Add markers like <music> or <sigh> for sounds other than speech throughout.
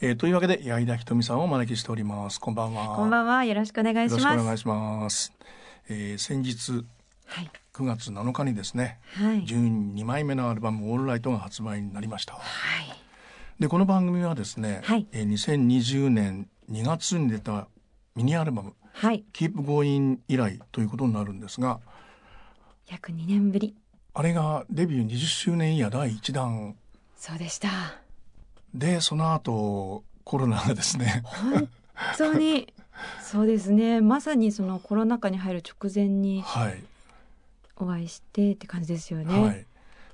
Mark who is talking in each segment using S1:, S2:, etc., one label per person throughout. S1: えー、というわけで、矢井田ひとみさんをお招きしております。こんばんは。
S2: こんばんは。よろしくお願い
S1: よ
S2: し
S1: ろしく
S2: ま
S1: お
S2: す。
S1: 願いします。えー先日、
S2: はい。
S1: 9月7日にですね、
S2: はい。
S1: 12枚目のアルバム、オールライトが発売になりました。
S2: はい。
S1: で、この番組はですね、
S2: はい
S1: えー2020年2月に出たミニアルバム、
S2: はい。
S1: Keep Going 以来ということになるんですが、
S2: 約2年ぶり。
S1: あれがデビュー20周年イヤー第1弾
S2: そうでした。
S1: で、その後、コロナがですね、
S2: 本
S1: <laughs>
S2: 当に。そうですね。まさにそのコロナ禍に入る直前に
S1: はい、
S2: お会いしてって感じですよ
S1: は
S2: ね。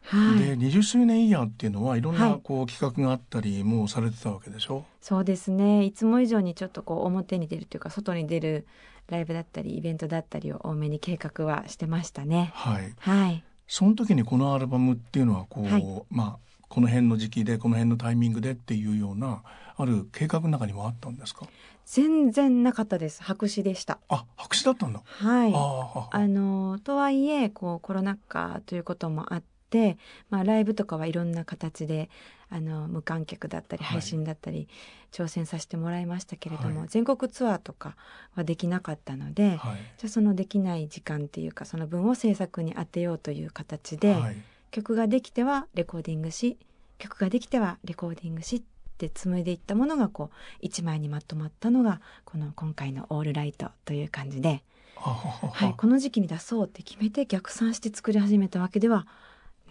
S1: い。
S2: はい。
S1: で20周年イヤーっていうのはいろん
S2: は
S1: ないこう企画があったりもうされてたわけでしょ、
S2: そうですね。いつも以上にちょっとこう表に出るというか、外に出るライブだったり、イベントだったりを多めに計画はしてましたね。
S1: はい、
S2: はい。
S1: その時にこのアルバムっていうのはこう、
S2: はい
S1: まあこの辺の時期でこの辺のタイミングでっていうようなある計画の中にもあったんですか
S2: 全然なかったです。白紙でした。
S1: あ白紙だったんだ、
S2: はい。
S1: ああ
S2: あのとはいえこうコロナ禍ということもあって、まあ、ライブとかはいろんな形であの無観客だったり
S1: はい
S2: 配信だったり、挑戦させてもらいましたけれども、
S1: はい
S2: 全国ツアーとかはできなかったの
S1: はい
S2: で、じゃあそのできない時間っていうかその分を制作に当てようという形で、
S1: はい
S2: 曲ができてはレコーディングし曲ができてはレコーディングしって紡いでいったものがこう一枚にまとまったのがこの今回の「オールライト」という感じで。
S1: あはは
S2: はい、この時期に出そうって決めて逆算して作り始めたわけでは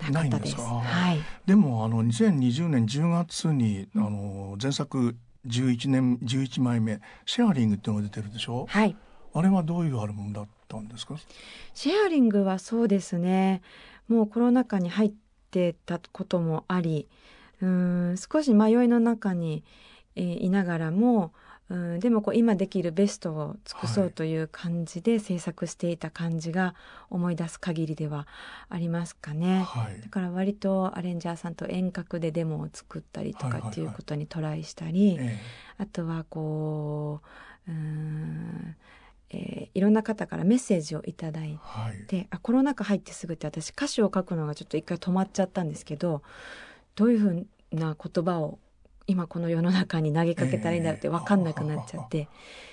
S2: なかっ
S1: ない
S2: たです。
S1: んですか
S2: はい、
S1: でもあの2020年10月に、あの前作11年11枚目「シェアリング」っていうのが出てるでしょ
S2: はい、
S1: あれはどういうアルバムだったんですか
S2: シェアリングはそうですね。もうコロナ禍に入ってたこともあり、うーん少し迷いの中に、えーいながらも、うんでもこう今できるベストを尽くそ
S1: は
S2: う
S1: い
S2: という感じで制作していた感じが思い出す限りではありますかね。
S1: はい
S2: だから割とアレンジャーさんと遠隔でデモを作ったりと
S1: はいはいは
S2: か
S1: い
S2: っていうことにトライしたり、
S1: え
S2: あとはこううーん、えーいろんな方からメッセージをいただい
S1: えはい
S2: てあコロナ禍入ってすぐって私歌詞を書くのがちょっと一回止まっちゃったんですけどどういうふうな言葉を今この世の中に投げかけたらいいんだろうって
S1: ええ
S2: 分かんなくなっちゃって、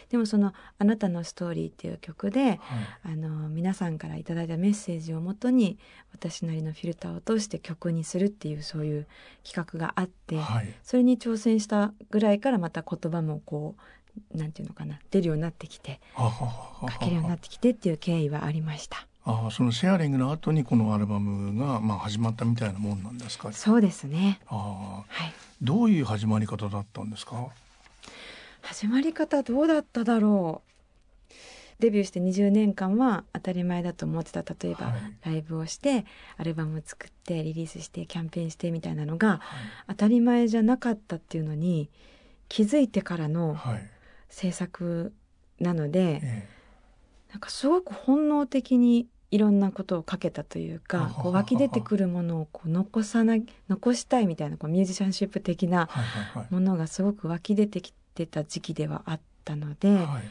S2: でもその「あなたのストーリー」っていう曲で
S1: はい
S2: あの皆さんからいただいたメッセージをもとに私なりのフィルターを通して曲にするっていうそういう企画があって。
S1: はい
S2: それに挑戦したぐらいからまた言葉もこうなんていうのかな出るようになってきて
S1: あははは
S2: 書けるようになってきてっていう経緯はありました
S1: ああそのシェアリングの後にこのアルバムがまあ始まったみたいなもんなんですか。
S2: そうですね
S1: ああ
S2: はい
S1: どういう始まり方だったんですか。
S2: 始まり方どうだっただろうデビューして20年間は当たり前だと思ってた例えば、
S1: はい
S2: ライブをしてアルバムを作ってリリースしてキャンペーンしてみたいなのが
S1: は
S2: 当たり前じゃなかったっていうのに気づいてからの
S1: いはい
S2: 制作なので、
S1: え
S2: なんかすごく本能的にいろんなことをかけたという
S1: はは
S2: か
S1: は
S2: こう湧き出てくるものをこう残さな残したいみたいなこうミュージシャンシップ的
S1: え
S2: な
S1: はいはい
S2: ものがすごく湧き出てきてた時期ではあったので、
S1: はいはい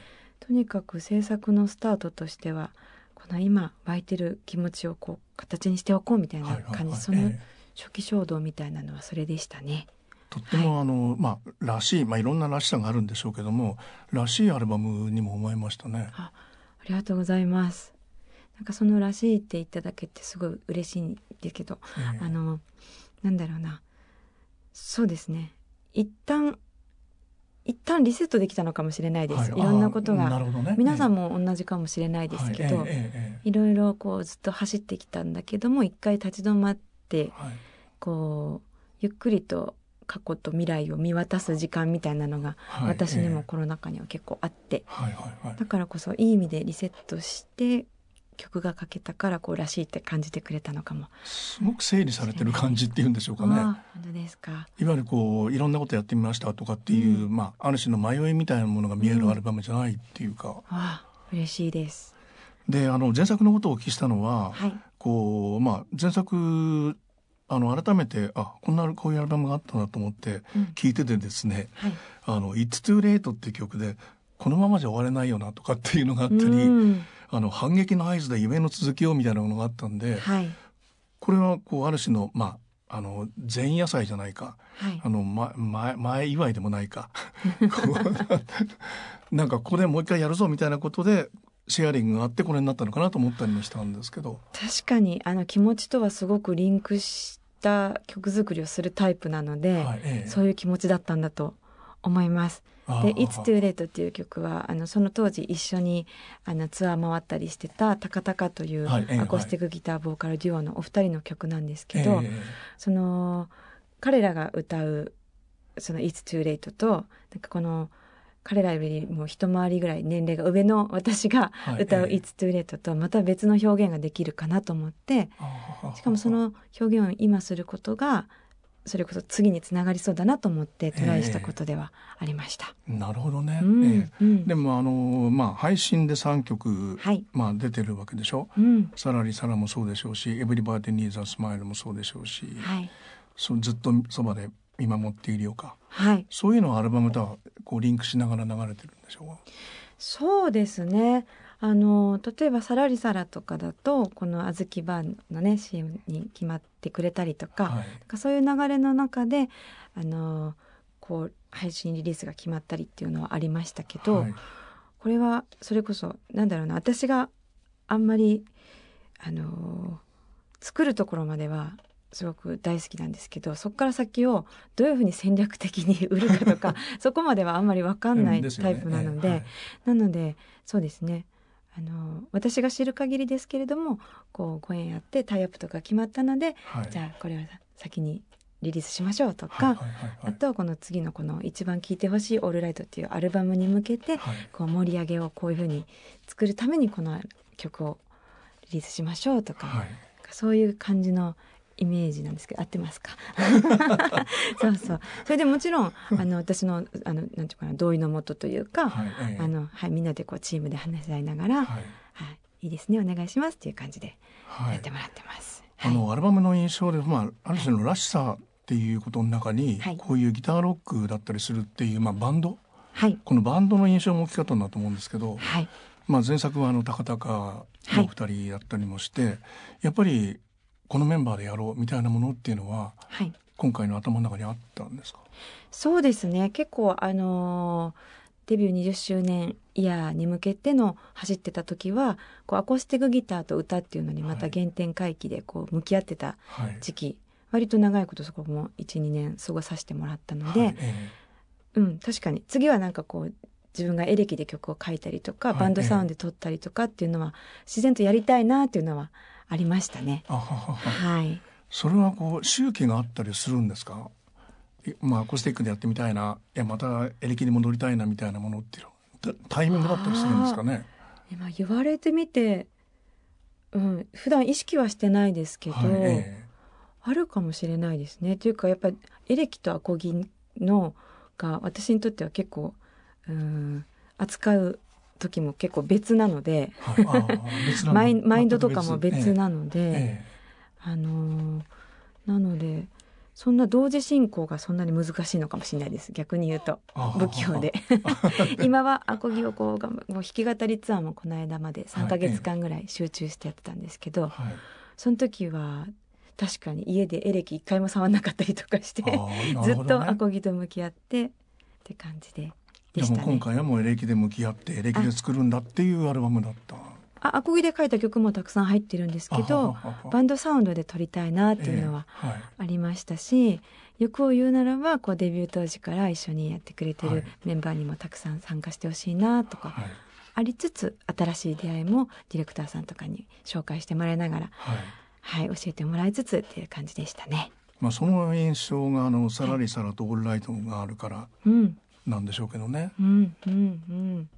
S2: とにかく制作のスタートとしてはこの今湧いてる気持ちをこう形にしておこうみたい
S1: は
S2: ない
S1: はい
S2: 感じそ
S1: え
S2: の
S1: え
S2: 初期衝動みたいなのはそれでしたね。
S1: とってもあの、まあらしいまあいろんならしさがあるんでしょうけどもらしいアルバムにも思えましたね。
S2: ありがとうございます。なんかそのらしいっていただけてすごい嬉しいんですけど
S1: ええ
S2: あのなんだろうなそうですね一旦一旦リセットできたのかもしれないです、、
S1: はい
S2: ろんなこと
S1: ああな
S2: が
S1: るほどね
S2: 皆さん
S1: も
S2: も同じかもしれないですけど、
S1: はい
S2: い
S1: えええええ
S2: ろいろこうずっと走ってきたんだけども一回立ち止まって
S1: えはい
S2: こうゆっくりと過去と未来を見渡す時間みたいなのが
S1: はい
S2: 私に
S1: え
S2: も
S1: え
S2: コロナ禍には結構あって、
S1: はいはいはい
S2: だからこそいい意味でリセットして曲が書けたからこうらしいって感じてくれたのかも。
S1: すごく整理されてる感じっていうんでしょうかね。
S2: あー本当ですか
S1: いわゆるこういろんなことやってみましたとかっていう、
S2: う
S1: まあ、ある種の迷いみたいなものが見え
S2: う
S1: る
S2: ん
S1: アルバムじゃないっていうか、
S2: わあ嬉しいです。
S1: であの前作のことをお聞きしたのは、
S2: はい。
S1: こうまあ、前作あの改めてあこんなこういうアルバムがあったなと思って
S2: うん
S1: 聞いててですね
S2: はい。
S1: 「あの It's Too Late」っていう曲でこのままじゃ終われないよなとかっていうのがあったり「
S2: うん
S1: あの反撃の合図で夢の続きを」みたいなものがあったんで
S2: はい。
S1: これはこうある種の、まあ、あの前夜祭じゃないか
S2: はい
S1: あ。の、ま、前前祝いでもないか <laughs> こうなんかここでもう一回やるぞみたいなことでシェアリングがあってこれになったのかなと思ったりもしたんですけど
S2: 確かにあの気持ちとはすごくリンクした曲作りをするタイプなので、
S1: はいええ
S2: そういう気持ちだったんだと思います。
S1: あ
S2: で
S1: ー
S2: 「It's Too Late」っていう曲はあのその当時一緒にあのツアー回ったりしてたタカタカという
S1: はいええ
S2: アコースティックギターボーカルデュオのお二人の曲なんですけど、
S1: ええ
S2: その彼らが歌うその「It's Too Late」となんかこの彼らよりも一回りぐらい年齢が上の私が
S1: はい
S2: 歌う「
S1: ええ
S2: It's Too Late」とまた別の表現ができるかなと思ってしかもその表現を今することがそれこそ次につながりそうだなと思ってトライしたことではありました。
S1: なるほどね、
S2: うん
S1: え
S2: うん
S1: えでもあのまあ配信で3曲、
S2: はい
S1: まあ、出てるわけでしょ
S2: うん
S1: 「サラリーサラ」もそうでしょうし「エブリバーディ・ニーザ・スマイル」もそうでしょうし、
S2: はい
S1: そうずっとそばで見守っているようか
S2: はい、
S1: そういうのはアルバムとはこうリンクしながら流れてるんでしょうか
S2: そうですねあの例えば「さらりさら」とかだとこの「あずきバー」のね CM に決まってくれたりとか、
S1: はい
S2: なんかそういう流れの中であのこう配信リリースが決まったりっていうのはありましたけど、
S1: はい
S2: これはそれこそなんだろうな私があんまりあの作るところまではすごく大好きなんですけどそこから先をどういうふうに戦略的に売るか
S1: <laughs>
S2: とかそこまではあんまり分かんな
S1: う
S2: い
S1: です
S2: タ
S1: よ
S2: イ
S1: ね
S2: プなので、
S1: ええはい
S2: なのでそうですねあの私が知る限りですけれどもこうご縁あってタイアップとか決まったので
S1: はい
S2: じゃあこれは先にリリースしましょうとか、
S1: はいはいはいは
S2: あ
S1: い
S2: とはこの次のこの一番聴いてほしい「オールライト」っていうアルバムに向けて
S1: はい
S2: こう盛り上げをこういうふうに作るためにこの曲をリリースしましょうとか、
S1: はい
S2: そういう感じのイメージなんですけど合ってますか <laughs> そうそうそれでもちろんあの私のあのなんていうかな同意のもとというか、
S1: はいええ
S2: あのはい、みんなでこうチームで話し合いながら、はい
S1: はい
S2: いいですねお願いしますっていう感じで
S1: は
S2: や
S1: い
S2: ってもらってます。
S1: あ
S2: はい
S1: のアルバムの印象で、まあ、ある種のらしさっていうことの中に、
S2: はい
S1: こういうギターロックだったりするっていう、まあ、バンド
S2: はい、
S1: このバンドの印象も大きかったんだと思うんですけど、
S2: はい
S1: まあ、前作はあの「たかたか」のお二人だったりもして、やっぱりこのメンバーでやろうみたいなものっていうのは
S2: はい
S1: 今回の頭の中にあったんですか
S2: そうですね結構あのーデビュー20周年イヤーに向けての走ってた時はこうアコースティックギターと歌っていうのにま
S1: は
S2: た
S1: い
S2: 原点回帰でこう向き合ってた
S1: はい。
S2: 時期、割と長いことそこも12年過ごさせてもらったので、
S1: はいえ
S2: うん確かに次はなんかこう自分がエレキで曲を書いたりとか、
S1: はい
S2: バンドサウンドで撮ったりとかっていうのは自然とやりたいなっていうのはありましたね。
S1: えあははは
S2: はい
S1: それはこう周期があったりするんですかいまあアコースティックでやってみたいないやまたエレキに戻りたいなみたいなものっていうのはたタイミングだったりするんですかね
S2: えまあ、言われてみて、うん、普段意識はしてないですけど、
S1: はいえ
S2: あるかもしれないですね。というかやっぱりエレキとアコギのが私にとっては結構うん扱う時も結構別なので
S1: えはいあー別なの
S2: マイン
S1: 全く
S2: マインドとかも別
S1: え
S2: なので、
S1: ええ
S2: あのーなのでそんな同時進行がそんなに難しいのかもしれないです逆に言うと
S1: あー
S2: 不器
S1: <laughs>
S2: 用で今はアコギをこうがもう弾き語りツアーもこの間まで3ヶ月間ぐらい集中してやってたんですけ
S1: え
S2: ど、
S1: はい
S2: その時は確かに家でエレキ一回も触んなかったりとかして、
S1: あーな
S2: <laughs> ず
S1: る
S2: っ
S1: ほど
S2: と
S1: ね
S2: アコギと向き合ってって感じで
S1: じ
S2: で
S1: ゃあ
S2: し
S1: もう
S2: た
S1: 今
S2: ね。
S1: 回はもうエレキで向き合ってエレキで作るんだっていうアルバムだった
S2: あアコギで書いた曲もたくさん入ってるんですけどバ
S1: ン
S2: ンドサウンドで撮りたいなっていうのは
S1: はい
S2: ありましたし、欲を言うならばこうデビュー当時から一緒にやってくれて
S1: は
S2: る
S1: い
S2: メンバーにもたくさん参加してほしいなとか
S1: はい
S2: ありつつ新しい出会いもディレクターさんとかに紹介してもらいながら、
S1: はい
S2: はい、教えてもらいつつっていう感じでしたね。
S1: まあその印象があのサラリサラとオールライトがあるから
S2: うん、
S1: なんでしょうけどね
S2: うん、うん、うん。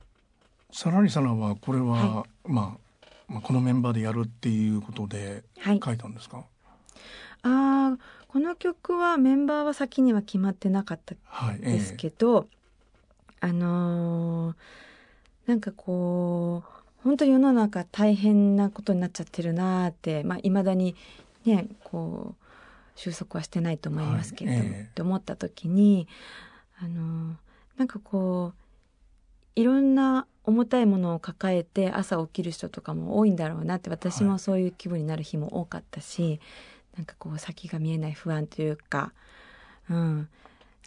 S1: サラリサラはこれは、
S2: は
S1: まあ、まあこのメンバーでやるっていうことで
S2: はい。
S1: 書いたんですか、
S2: ああ、この曲はメンバーは先には決まってなかった
S1: はい、ええ
S2: ですけど、あのーなんかこう本当世の中大変なことになっちゃってるなーってまあ、未だにねこう収束はしてないと思いますけれども、
S1: はいええ
S2: って思った時に、あのーなんかこういろんな重たいものを抱えて朝起きる人とかも多いんだろうなって私
S1: は
S2: も
S1: い
S2: そういう気分になる日も多かったし、なんかこう先が見えない不安というか、うん、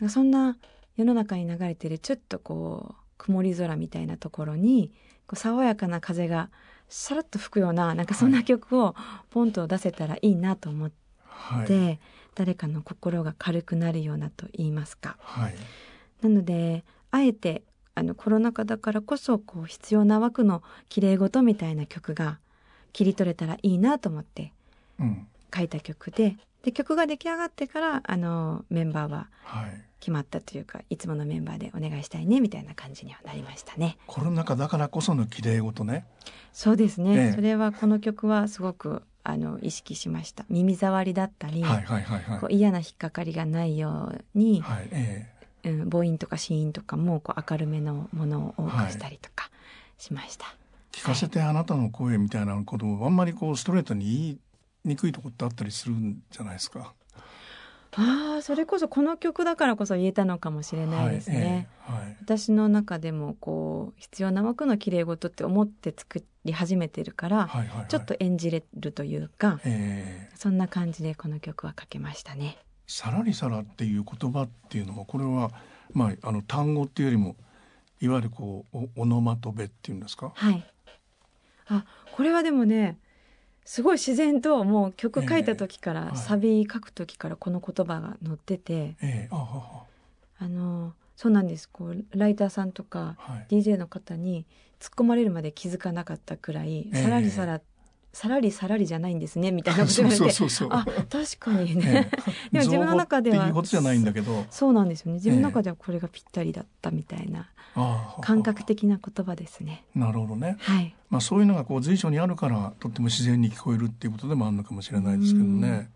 S2: なんかそんな世の中に流れてるちょっとこう曇り空みたいなところにこう爽やかな風がさらっと吹くようななんかそんな曲をポンと出せたらいいなと思って、
S1: はい
S2: 誰かの心が軽くなるようなと言いますか。
S1: はい
S2: なのであえてあのコロナ禍だからこそこう必要な枠のきれいごとみたいな曲が切り取れたらいいなと思って
S1: うん
S2: 書いた曲でで曲が出来上がってからあのメンバーは
S1: はい
S2: 決まったというかいつものメンバーでお願いしたいねみたいな感じにはなりましたね。
S1: コロナ禍だからこその綺麗事ね
S2: そうですね、
S1: ええ
S2: それはこの曲はすごくあの意識しました耳障りだったり、
S1: はいはいはい
S2: こ
S1: は
S2: う嫌な引っかかりがないよう
S1: い
S2: に、
S1: はいええ
S2: うん、母音とか子音とかもこう明るめのものを多くしたりとかしました。
S1: 聞かせてあなたの声みたいなことをあんまりこうストレートに言いにくいとこってあったりするんじゃないですか
S2: ああそれこそこの曲だからこそ言えたのかもしれないですね。
S1: はい、ええ
S2: 私の中でもこう必要な枠の綺麗事って思って作り始めてるか
S1: は
S2: ら、
S1: い、はいはいはい
S2: ちょっと演じれるというか
S1: ええ
S2: そんな感じでこの曲は書けましたね。
S1: さらりさらっていう言葉っていうのはこれはまああの単語っていうよりもいわゆるこうおオノマトペっていうんですか
S2: はい。あこれはでもねすごい自然ともう曲書いた時から、
S1: ええはい
S2: サビ書く時からこの言葉が載ってて
S1: ええああ
S2: あのそうなんですこうライターさんとか
S1: あはい
S2: DJ の方に突っ込まれるまで気づかなかったくらい、
S1: ええ
S2: さらりさらさらりさらりじゃないんですねみたいなこと
S1: そ
S2: 言
S1: う
S2: われて
S1: そうそうそう
S2: あ確かに
S1: え
S2: ね、
S1: え
S2: <laughs> でも自分の中では
S1: 造語っていうことじゃないんだけど
S2: そうなんですよね自分の中ではこれがぴったりだったみたいな
S1: ああ
S2: 感覚的な言葉ですね
S1: なるほどね、
S2: はい
S1: まあ、そういうのがこう随所にあるからとっても自然に聞こえるっていうことでもあるのかもしれないですけどね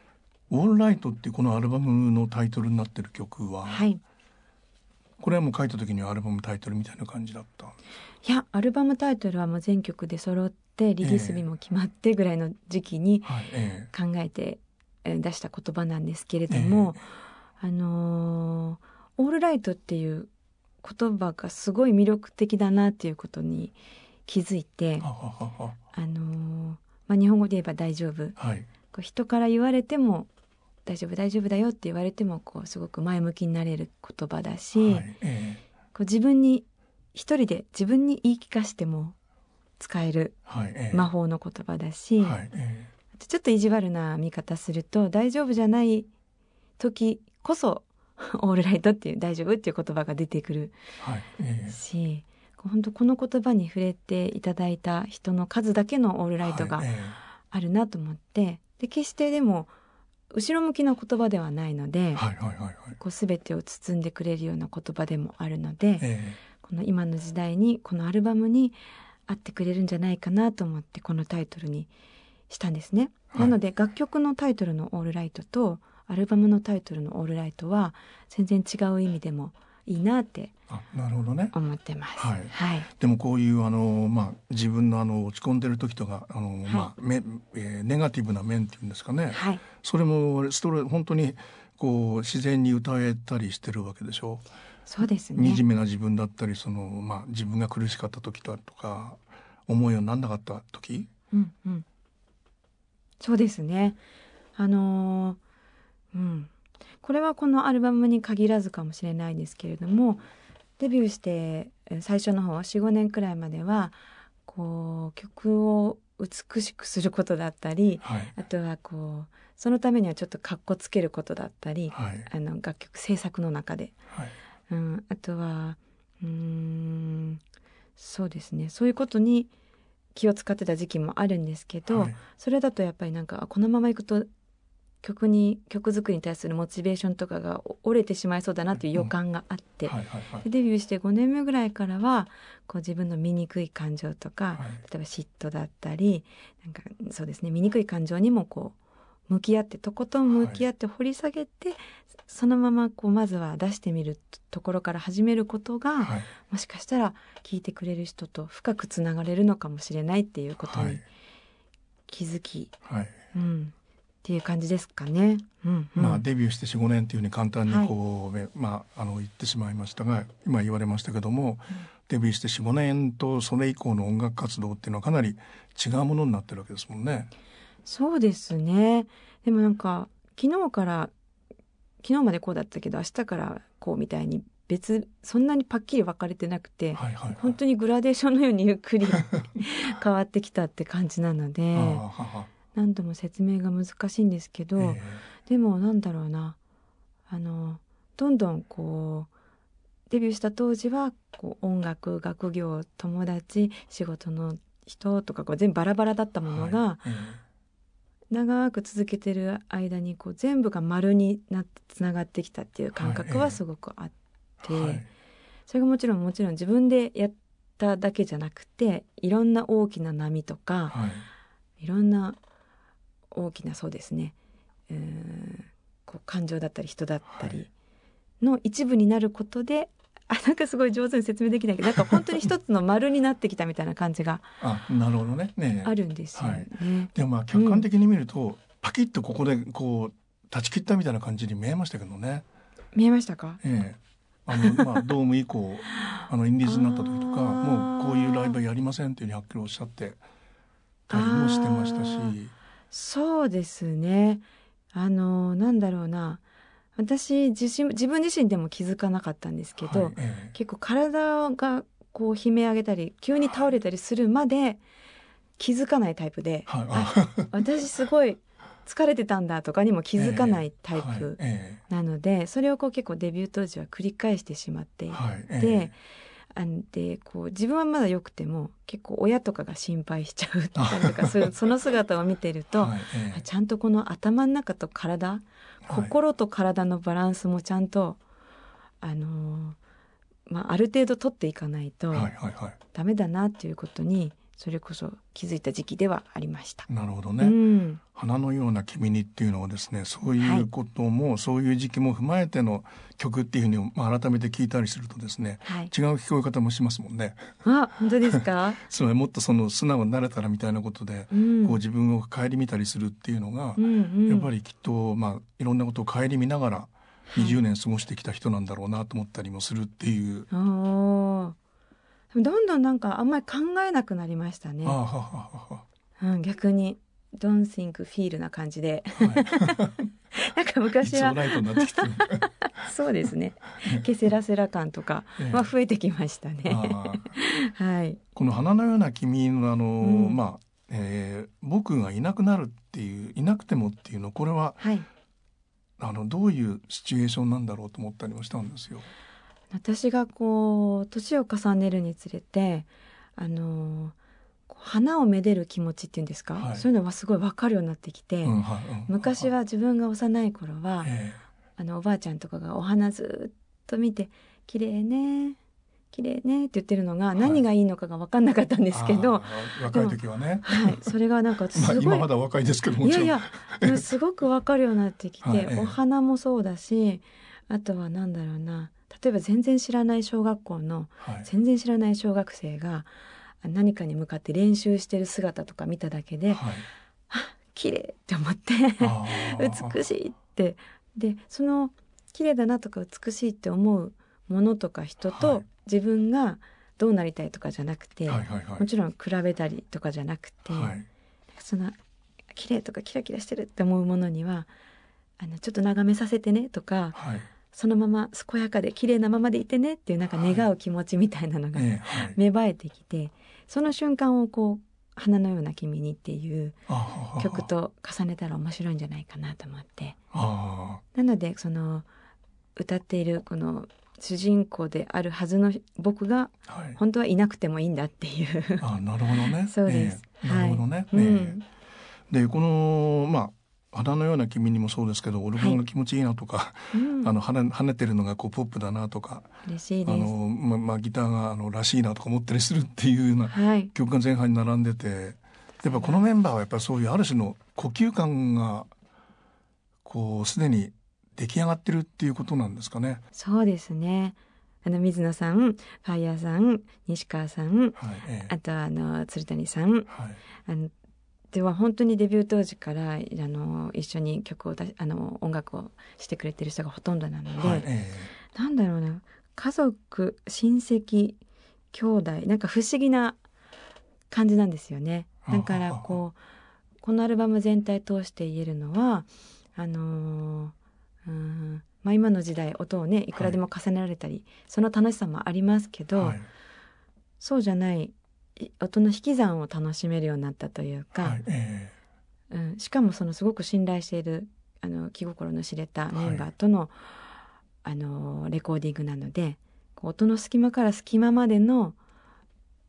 S1: 「オールライト」っていうこのアルバムのタイトルになってる曲は、
S2: はいい
S1: これはもう書いた時にはアルバムタイトルみたいな感じだった
S2: やアルバムタイトルはもう全曲で揃ってリリース日も決まってぐらいの時期に
S1: はいええ
S2: 考えてえー出した言葉なんですけれども、あのーオールライトっていう言葉がすごい魅力的だなっていうことに気づいて
S1: あ、ああ
S2: あのーまあ、日本語で言えば大丈夫
S1: あはい
S2: こう人から言われても大丈夫大丈夫だよって言われてもこうすごく前向きになれる言葉だし、
S1: はいええ
S2: こう自分に一人で自分に言い聞かしても使える
S1: はいええ
S2: 魔法の言葉だし、
S1: はいえ
S2: あとちょっと意地悪な見方すると大丈夫じゃない時こそ <laughs> オールライトっていう大丈夫っていう言葉が出てくる
S1: えはいえ
S2: し本当この言葉に触れていただいた人の数だけのオール
S1: え
S2: ライトが
S1: はいえ
S2: あるなと思って、で決してでも後ろ向きな言葉ではないの
S1: え
S2: で、
S1: はいはいはいはい
S2: こう全てを包んでくれるような言葉でもあるので、
S1: え
S2: この今の時代にこのアルバムに合ってくれるんじゃないかなと思ってこのタイトルにしたんですね。
S1: はい
S2: なので楽曲のタイトルの「オールライト」とアルバムのタイトルの「オールライト」は全然違う意味でもいいなって
S1: えあなるほどね
S2: 思ってます。
S1: はい
S2: はい、
S1: でもこういうあの、まあ、自分のあの落ち込んでる時とかあの、まあめえーネガティブな面っていうんですかね、
S2: はい
S1: それもストレ本当にこう自然に歌えたりしてるわけでしょ、
S2: そうですね。
S1: 惨めな自分だったりその、まあ、自分が苦しかった時だとか思いをなんなかった時、
S2: うんうん、そうですね。あのーうん、これはこのアルバムに限らずかもしれないですけれどもデビューしてえ最初の方45年くらいまではこう曲を美しくすることだったり
S1: はい
S2: あとはこうそのためにはちょっとかっこつけることだったり
S1: はい
S2: あの楽曲制作の中で、
S1: はい、
S2: うん、あとはうーんそうですねそういうことに気を使ってた時期もあるんですけど、
S1: はい
S2: それだとやっぱりなんかあこのままいくと曲に曲作りに対するモチベーションとかがお折れてしまいそうだなという予感があって、
S1: はいはいはい
S2: でデビューして5年目ぐらいからはこう自分の醜い感情と
S1: は
S2: か、
S1: い
S2: 例えば嫉妬だったりなんかそうですね醜い感情にもこう向き合ってとことん向き合って掘り下げて、そのままこうまずは出してみるところから始めることが、
S1: はい
S2: もしかしたら聞いてくれる人と深くつながれるのかもしれないっていうこと
S1: は
S2: に
S1: い
S2: 気づき、
S1: はい
S2: うん、っていう感じですかね。うんうん
S1: まあ、デビューして45年というふうに簡単にこう、ねまあ、あの言ってしまいましたが今言われましたけども、デビューして45年とそれ以降の音楽活動っていうのはかなり違うものになってるわけですもんね。
S2: そうですね。でもなんか昨日から昨日までこうだったけど明日からこうみたいに別そんなにパッキリ分かれてなくて、
S1: はいはいはい、
S2: 本当にグラデーションのようにゆっ
S1: <laughs>
S2: くり変わってきたって感じなので
S1: あーはは
S2: 何度も説明が難しいんですけど、
S1: え
S2: でもなんだろうなあのどんどんこうデビューした当時はこう音楽学業友達仕事の人とかこう全部バラバラだった
S1: え
S2: ものが、
S1: はいえ
S2: 長く続けてる間にこう全部が丸になってつながってきたっていう感
S1: は
S2: 覚
S1: いええ
S2: はすごくあって、
S1: えはい
S2: それがもちろんもちろん自分でやっただけじゃなくていろんな大きな波とか
S1: はい
S2: いろんな大きなそうですねうーんこう感情だったり人だった
S1: は
S2: り
S1: い
S2: の一部になることで、あなんかすごい上手に説明できないけどなんか本当に一つの丸になってきたみたいな感じが
S1: あなるほどね <laughs> ねえ
S2: あるんですよね。
S1: でもまあ客観的に見ると、パキッとここでこう断ち切ったみたいな感じに見えましたけどね。
S2: 見えましたか
S1: ええあの
S2: <laughs>
S1: まあドーム以降あのインディーズになった時とか
S2: あー
S1: もうこういうライブはやりませんっていうふうにはっきりおっしゃってたりもしてましたし
S2: あーそうですね。あのなんだろうな私自身自分自身でも気づかなかったんですけど、
S1: はいえ
S2: 結構体がこう悲鳴上げたり急に倒れたりするまで気づかないタイプ
S1: え、
S2: で
S1: はい、あ
S2: 私すごい疲れてたんだとかにも気づかないタイ
S1: はい
S2: プ
S1: え
S2: なので、それをこう結構デビュー当時は繰り返してしまってい
S1: え
S2: て、
S1: はいええ
S2: であんでこう自分はまだ良くても結構親とかが心配しちゃうとかとかそう
S1: <laughs>
S2: いうその姿を見てると、
S1: はいえ
S2: あ
S1: え
S2: ちゃんとこの頭の中と体、
S1: はい
S2: 心と体のバランスもちゃんとあのーまあ、ある程度取っていかないと
S1: はいはいは
S2: ダメだなっていうことにそれこそ気づいた時期ではありました。
S1: いなるほどね、
S2: うん、
S1: 花のような君にっていうのをですねそう
S2: はいいう
S1: ことも、そういう時期も踏まえての曲っていうふうに、まあ、改めて聞いたりするとですね
S2: はい、
S1: 違う聞こえ方もしますもんね。
S2: あ本当です
S1: <laughs>
S2: か、
S1: つまりもっとその素直になれたらみたいなことで、
S2: うん、
S1: こう自分を顧みたりするっていうのが、
S2: うんうん
S1: やっぱりきっと、まあ、いろんなことを顧みながら
S2: い
S1: 20年過ごしてきた人なんだろうなと思ったりもするっていう、
S2: おーでもどんどんなんかあんまり考えなくなりましたね
S1: ああ、ははは
S2: うん、逆に「don't think feel」な感じで
S1: はは、
S2: <laughs> なんか
S1: はい、い
S2: 昔
S1: つも
S2: は
S1: ライトになってきて
S2: <laughs>
S1: る、
S2: そうで
S1: <laughs>
S2: すねケセラセラ感とか
S1: ええ
S2: は増えてきましたね。
S1: ああ
S2: はい。
S1: この「花のような君の」あの、
S2: うん
S1: まあえー僕がいなくなるっていういなくてもっていうのこれは
S2: はい。
S1: あのどういうシチュエーションなんだろうと思ったりもしたんですよ。
S2: 私がこう年を重ねるにつれて、あのーこう花をめでる気持ちっていうんですか、
S1: はい
S2: そういうのはすごいわかるようになってきて、
S1: うんはいうん
S2: 昔は自分が幼い頃は、
S1: え
S2: あのおばあちゃんとかがお花ずっと見て「綺麗ね綺麗ね」って言ってるのが
S1: い
S2: 何がいいのかが分かんなかったん
S1: え
S2: ですけど、
S1: ああ若い時はね、
S2: はい、それがなんかす
S1: <laughs> まあ、
S2: ご
S1: 今
S2: い
S1: まだ若いですけども
S2: い
S1: ち
S2: や
S1: ろん
S2: いやでもすごくわかるようになってきて、
S1: <laughs> はいええ
S2: お花もそうだしあとはなんだろうな例えば全然知らない小学校の
S1: はい
S2: 全然知らない小学生があ何かに向かって練習してる姿とか見ただけで
S1: はい
S2: 綺麗って思って
S1: あー
S2: 美しいってでその綺麗だなとか美しいって思うものとか人と、
S1: はい
S2: 自分がどうなりたいとかじゃなくて、
S1: はいはいはい
S2: もちろん比べたりとかじゃなくて。
S1: はい
S2: その綺麗とかキラキラしてるって思うものにはあのちょっと眺めさせてねとか
S1: はい
S2: そのまま健やかで綺麗なままでいてねっていうなんか
S1: はい
S2: 願う気持ちみたいなのが
S1: ええはい
S2: 芽生えてきてその瞬間をこう「花のような君に」っていう
S1: あー
S2: 曲と重ねたら面白いんじゃないかなと思って
S1: あ
S2: なのでその歌っているこの主人公であるはずの僕が
S1: ーはい
S2: 本当はいなくてもいいんだっていう。
S1: あーなるほどね
S2: そうです
S1: ええなるほどね、
S2: はい
S1: ええ
S2: うん
S1: でこのまあ花のような君にもそうですけどオルゴンが気持ちいいなとか、
S2: うん
S1: あの跳ね跳ねてるのがこうポップだなとか
S2: 嬉しい
S1: あ
S2: で
S1: の、
S2: す。
S1: ままあ、ギターがあのらしいなとか思ったりするっていうような
S2: はい、
S1: 曲が前半に並んでてやっぱこのメンバーはやっぱりそういうある種の呼吸感がこうすでに出来上がってるっていうことなんですかね。
S2: そうですね。あの水野さん、ファイヤーさん、西川さん、
S1: はいええ
S2: あとはあの鶴谷さん、
S1: はい
S2: あのでは本当にデビュー当時からあの一緒に曲を出しあの音楽をしてくれてる人がほとんどなので、
S1: はいえ
S2: なんだろうな、家族、親戚、兄弟、なんか不思議な感じなんですよね。だからこうこのアルバム全体通して言えるのはあのーうんまあ、今の時代音をねいくらでも重ねられたり、その楽しさもありますけど、
S1: はい
S2: そうじゃないい音の引き算を楽しめるようになったというか、
S1: はいえ
S2: うん、しかもそのすごく信頼しているあの気心の知れたメンバーとの,、あのレコーディングなのでこう音の隙間から隙間までの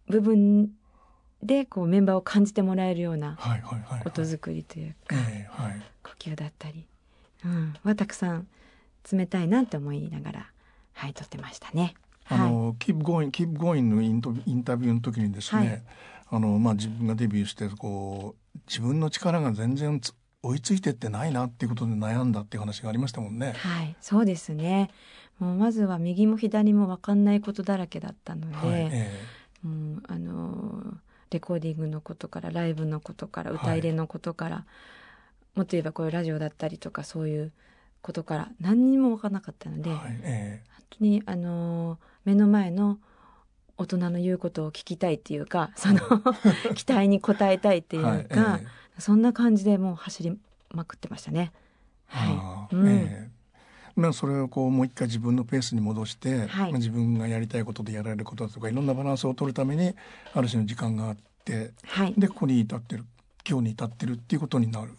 S2: 部分でこうメンバーを感じてもらえるよう
S1: え
S2: な
S1: はいはいはいはい
S2: 音作りというか、
S1: ええはい
S2: 呼吸だったり、うん、はたくさん冷たいなって思いながらはい撮ってましたね。
S1: あ
S2: はい、
S1: の、Keep Going Keep Going のイントインタビューの時にですね、
S2: はい
S1: あのまあ自分がデビューしてこう自分の力が全然つ追いついてってないなっていうことで悩んだっていう話がありましたもんね。
S2: はい、そうですねもうまずは右も左も分かんないことだらけだったので、
S1: はい、え
S2: もうあのーレコーディングのことからライブのことから歌入れのことから、もっと言えばこういうラジオだったりとかそういうことから何にも分からなかったの
S1: え
S2: で、
S1: はい、え
S2: 本当にあのー目の前の大人の言うことを聞きたいっていうか
S1: <laughs>
S2: その期待に応えたいって
S1: え
S2: いうか、
S1: はい、ええ
S2: そんな感じでもう走りまくってましたね。は
S1: ああ
S2: うん
S1: ええまあそれをこうもう一回自分のペースに戻して、
S2: はい
S1: まあ自分がやりたいことでやられることだとかいろんなバランスを取るためにある種の時間があって
S2: い、はい、
S1: でここに至ってる今日に至ってるっていうことになる。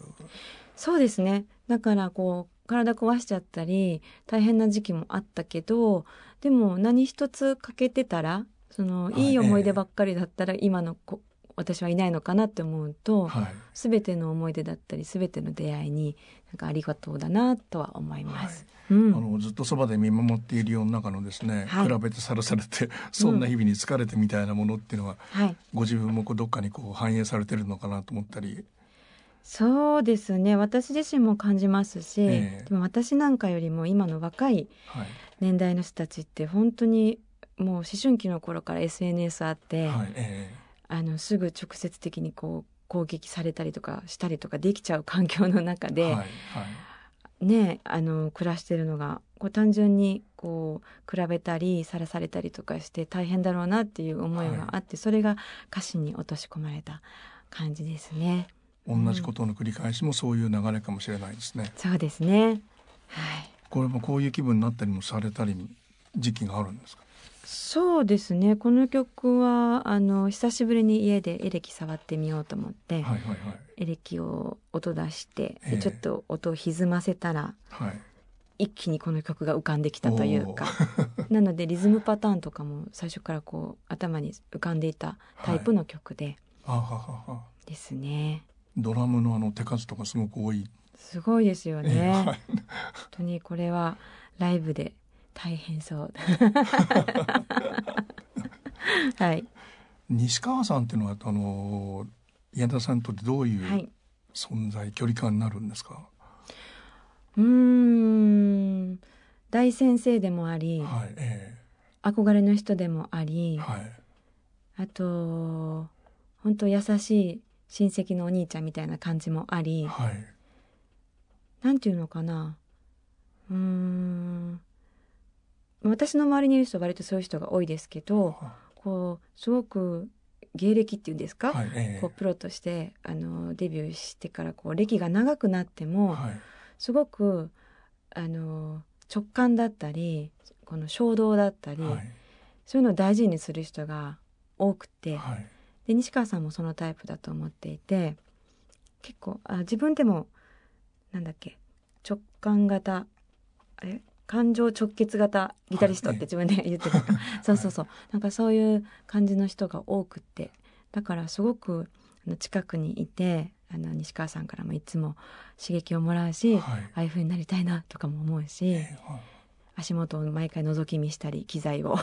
S2: そうですね。だからこう体壊しちゃったり大変な時期もあったけど、でも何一つ欠けてたら、その
S1: はい
S2: いい思い出ばっかりだったら今のこ私はいないのかなって思うと、
S1: はい
S2: すべての思い出だったりすべての出会いになんかありがとうだなとは思います。う
S1: あ
S2: ん、
S1: のずっとそばで見守っているような中のですね、
S2: はい
S1: 比べてさらされてそんな日々に疲れてみたいなものっていうのは、
S2: はい。
S1: ご自分もこうどっかにこう反映されてるのかなと思ったり、
S2: そうですね。私自身も感じますし、
S1: ええ
S2: でも私なんかよりも今の若い
S1: はい
S2: 年代の人たちって本当にもう思春期の頃から SNS あって。
S1: はいえ
S2: あのすぐ直接的にこう攻撃されたりとかしたりとかできちゃう環境の中
S1: え
S2: で、
S1: はいはい
S2: ねあの暮らしてるのがこう単純にこう比べたりさらされたりとかして大変だろうなっていう思いがあって、それが歌詞に落とし込まれた感じですね。
S1: 同じことの繰り返しもそういう流れかもしれないですね。
S2: そうですね。はい。
S1: これもこういう気分になったりもされたり時期があるんですか。
S2: そうですね。この曲はあの久しぶりに家でエレキ触ってみようと思っ
S1: は
S2: て、
S1: いはい
S2: エレキを音出して、
S1: え
S2: で
S1: え
S2: ちょっと音を歪ませたら
S1: はいはい。
S2: 一気にこの曲が浮かんできたというか <laughs> なのでリズムパターンとかも最初からこう頭に浮かんでいたタイプの曲で
S1: あははは。
S2: ですね、
S1: ドラムのあの手数とかすごく多い。
S2: すごいですよね、
S1: ええはい
S2: 本当にこれはライブで大変そう <laughs> はい
S1: 西川さんっていうのはあの矢田さんにとってどうい
S2: は
S1: う
S2: い
S1: 存在、距離感になるんですか。
S2: うーん大先生でもあり
S1: はいえ
S2: 憧れの人でもあ
S1: え
S2: り
S1: はい。
S2: あと本当優しい親戚のお兄ちゃんみたいな感じもあり、
S1: はい。
S2: なんていうのかなうーん私の周りにいる人は割とそういう人が多いですけどこうすごく芸歴っていうんですか、
S1: はい。ええ
S2: こうプロとしてあのデビューしてからこう歴が長くなっても、
S1: はい。
S2: すごくあの直感だったりこの衝動だったり、
S1: はい。
S2: そういうのを大事にする人が多くて、
S1: はい。
S2: で西川さんもそのタイプだと思っていて結構あ自分でもなんだっけ直感型え感情直結型ギタリストっ
S1: はい
S2: て自分で言
S1: <laughs>
S2: ってた、そうそうそうなんかそういう感じの人が多くってだからすごくあの近くにいてあの西川さんからもいつも刺激をもらうし、あ
S1: はい。
S2: あいう風になりたいなとかも思うし。
S1: ええはい
S2: 足元を毎回覗き見したり機
S1: <laughs>
S2: 材を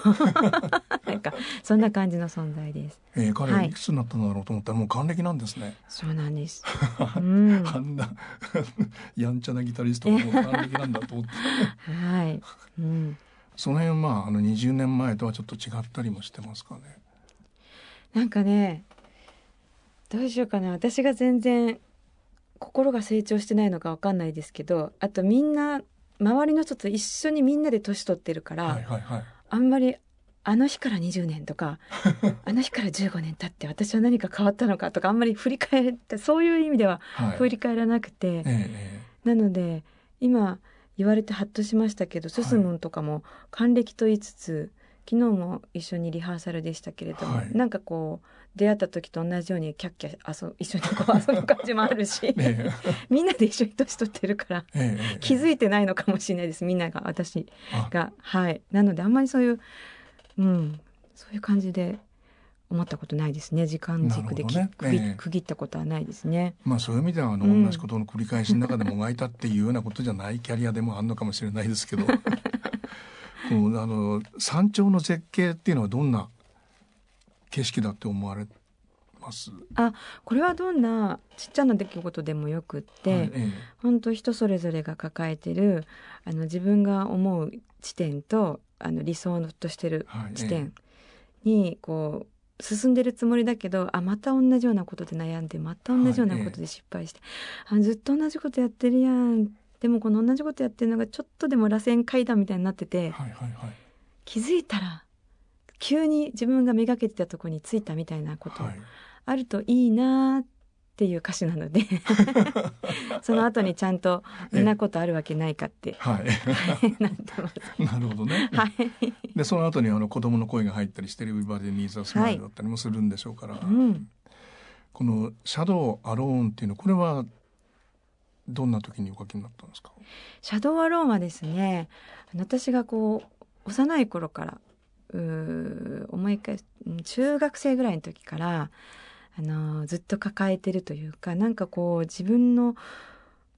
S2: なんかそんな感じの存在です
S1: ええ彼
S2: は
S1: はいいくつになったんだろうと思ったらもう還暦なんですね。
S2: そうなん <laughs> です、うん、
S1: <laughs> あ
S2: は
S1: んなやんちゃなギタリストがもう還暦なんだと思って。
S2: い、うん、
S1: その辺まああの20年前とはちょっと違ったりもしてますかね。
S2: なんかねどうしようかな私が全然心が成長してないのかわかんないですけどあとみんな周りの人と一緒にみんなで年取ってるから、
S1: はいはいはい。
S2: あんまりあの日から20年と <laughs> かあの日から15年経って私は何か変わったのかとかあんまり振り返ってそういう意味では
S1: はい。
S2: 振り返らなくて、
S1: ええ
S2: なので今言われてハッとしましたけどススムンとかも還暦と言いつつ、昨日も一緒にリハーサルでしたけれども、
S1: はい
S2: なんかこう出会った時と同じようにキャッキャ遊 <laughs> 一緒にこう遊ぶ感じもあ
S1: <laughs>
S2: るし、
S1: えええ
S2: みんなで一緒に年取ってるから
S1: えええ
S2: 気づ
S1: い
S2: いてないのかもしれないですみんなが私
S1: あ
S2: がはいなのであんまりそういううんそういう感じで思ったことないですね時間軸でき、
S1: なるほど
S2: 区
S1: ね
S2: 切
S1: ええ
S2: 区切ったことはないですね。
S1: まあそういう意味ではあの、
S2: うん
S1: 同じことの繰り返しの中でもがいたっていうようなことじゃないキャリアでもあるのかもしれないですけど <laughs> このあの山頂の絶景っていうのはどんな景色だって思われます
S2: これはどんなちっちゃな出来事でもよくって、
S1: はいえ
S2: 本当人それぞれが抱えてるあの自分が思う地点とあの理想としてる
S1: えはい
S2: 地
S1: え
S2: 点にこう進んでるつもりだけどあまた同じようなことで悩んでまた同じようなことで失敗して、あずっと同じことやってるやんでもこの同じことやってるのがちょっとでも螺旋階段みたいになって
S1: え
S2: て
S1: はいはいはい
S2: 気づいたら急に自分がめがけてたとこに着いたみたいなこと
S1: はい
S2: あるといいなーっていう歌詞なのでその後にちゃんと「んなことあるわけない
S1: <laughs>
S2: か」って
S1: はい
S2: なってます。
S1: <laughs> なるほどね。
S2: <laughs> はい、
S1: でその後にあの子供の声が入ったりして「エビバディ・ニーザ・スマイル」だったりもするんでしょうから、
S2: うん、
S1: この「シャドウ・アローン」っていうのこれはどんな時にお書きになったんですか
S2: シャドーアローンはですねあの私がこう幼い頃からうー思い返すうん中学生ぐらいの時から、あのーずっと抱えてるというかなんかこう自分の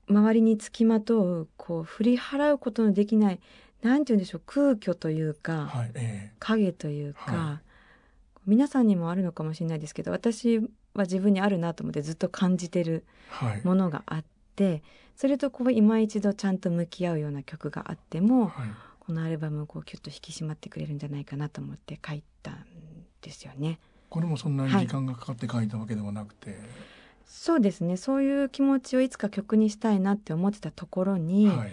S2: 周りにつきまとうこう振り払うことのできないなんて言うんでしょう空虚というか、
S1: はい、え
S2: 影というか、
S1: は
S2: 皆さんにもあるのかもしれないですけど私は自分にあるなと思ってずっと感じてる
S1: えはい、
S2: ものがあってそれとこう今一度ちゃんと向き合うような曲があっても
S1: はい
S2: このアルバムをこうキュッと引き締まってくれるんじゃないかなと思って書いたんですよね。
S1: これもそんなに時間がかかって書いたわけではなくて、
S2: そうですねそういう気持ちをいつか曲にしたいなって思ってたところに、
S1: はい、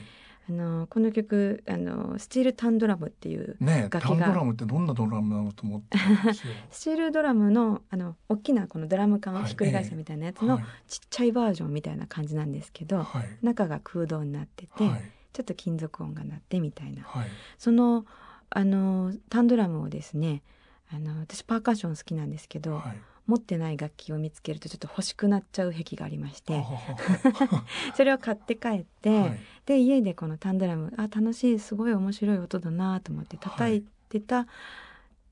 S2: あのこの曲あの「スチール・タンドラム」っていう
S1: ねえ
S2: 楽器が
S1: タンドラムってどんなドラムなのと思ったんです
S2: <laughs>
S1: よ。
S2: スチールドラムのあの大きなこのドラム缶をひっくり返すみたいなやつの
S1: はい
S2: ちっちゃいバージョンみたいな感じなんですけど
S1: はい
S2: 中が空洞になってて、
S1: はい
S2: ちょっと金属音が鳴ってみたいな
S1: はい
S2: そのあのタンドラムをですねあの私パーカッション好きなんですけど、
S1: はい
S2: 持ってない楽器を見つけるとちょっと欲しくなっちゃう癖がありまし
S1: あは
S2: て
S1: は
S2: それを買って帰って、
S1: ははい
S2: で家でこのタンドラムあ楽しいすごい面白い音だなと思って叩いてた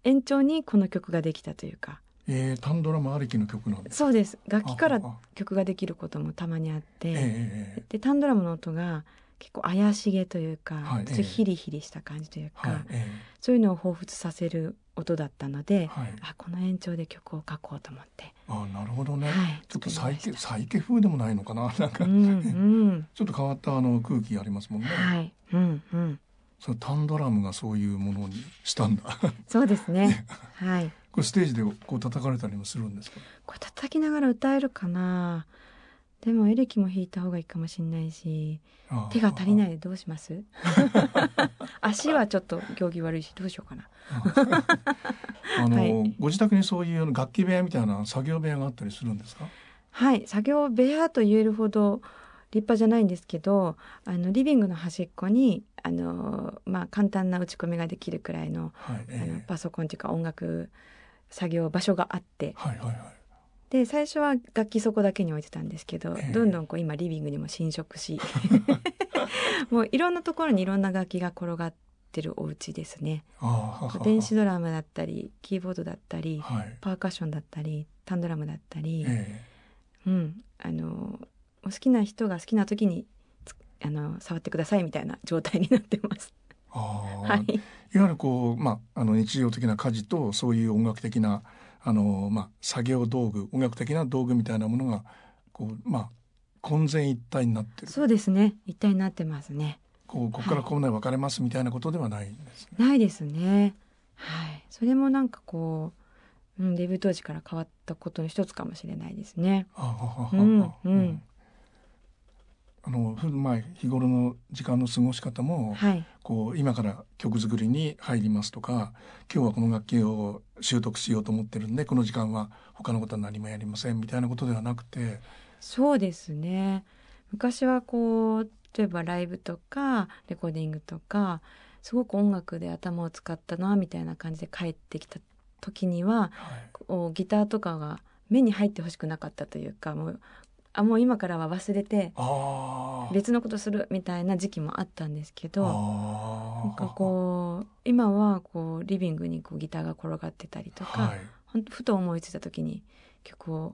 S2: 延長にこの曲ができたというか
S1: ええタンドラムありきの曲なんです。
S2: そうです楽器から
S1: ああ
S2: 曲ができることもたまにあって、
S1: えええ
S2: でタンドラムの音が結構怪しげというか、
S1: はい
S2: ちょっとヒリヒリした感じという
S1: え
S2: か、
S1: はいえ
S2: そういうのを彷彿させる音だったの
S1: え
S2: で、
S1: はい
S2: あこの延長で曲を書こうと思って、
S1: あなるほどね。
S2: はい
S1: ちょっと
S2: 作
S1: サ
S2: り
S1: イ
S2: まし
S1: ケ
S2: た
S1: サイケ風でもないのかななんか、 <laughs>
S2: うんうん
S1: ちょっと変わったあの空気ありますもんね。
S2: はいうんうん
S1: そのタンドラムがそういうものにしたんだ。 <laughs>
S2: そうですねはい
S1: これステージでこう叩かれたりもするんですか。
S2: これ叩きながら歌えるかなでもエレキも弾いた方がいいかもしれないし
S1: あ
S2: 手が足りない
S1: い。
S2: でどうします <laughs> 足はちょっと行儀悪いしどうしようかな
S1: あの、
S2: はい
S1: ご自宅にそういう楽器部屋みたいな作業部屋があったりするんですか。
S2: はい、作業部屋と言えるほど立派じゃないんですけど、あのリビングの端っこにあのまあ簡単な打ち込みができるくらいの、
S1: はい。
S2: あの
S1: ええ
S2: パソコンというか音楽作業場所があって、
S1: はいはいはい。
S2: で最初は楽器そこだけに置いてたんですけど
S1: ええ、
S2: どんどんこう今リビングにも侵食
S1: <laughs>
S2: し、もういろんなところにいろんな楽器が転がってるお家ですね。
S1: ああ。
S2: 電子ドラムだったり、キーボードだったり、
S1: はい。
S2: パーカッションだったり、タンドラムだったり。
S1: え
S2: うん、あのお好きな人が好きな時につあの触ってくださいみたいな状態になってます。
S1: えああ、
S2: はい
S1: い。、わゆるこうまああの日常的な家事とそういう音楽的なあのまあ作業道具音楽的な道具みたいなものがこうまあ混然一体になってる。
S2: そうですね。一体になってますね。
S1: こうここからこうね分かれますみたいなことではないんですね。
S2: ないですね。はい、それもなんかこう、うん、デビュー当時から変わったことの一つかもしれないですね。
S1: ああああああ
S2: うんうん
S1: あのふまあ日頃の時間の過ごし方も、
S2: はい
S1: こう今から曲作りに入りますとか今日はこの楽器を習得しようと思ってるんでこの時間は他のことは何もやりませんみたいなことではなくて
S2: そうですね昔はこう例えばライブとかレコーディングとかすごく音楽で頭を使ったなみたいな感じで帰ってきた時には
S1: はい
S2: こうギターとかが目に入ってほしくなかったというかもうあもう今からは忘れて
S1: あー
S2: 別のことするみたいな時期もあったんですけど
S1: あ
S2: なんかこう今はこうリビングにこうギターが転がってたり
S1: う
S2: とか、
S1: はい
S2: ほんとふと思いついた時に曲を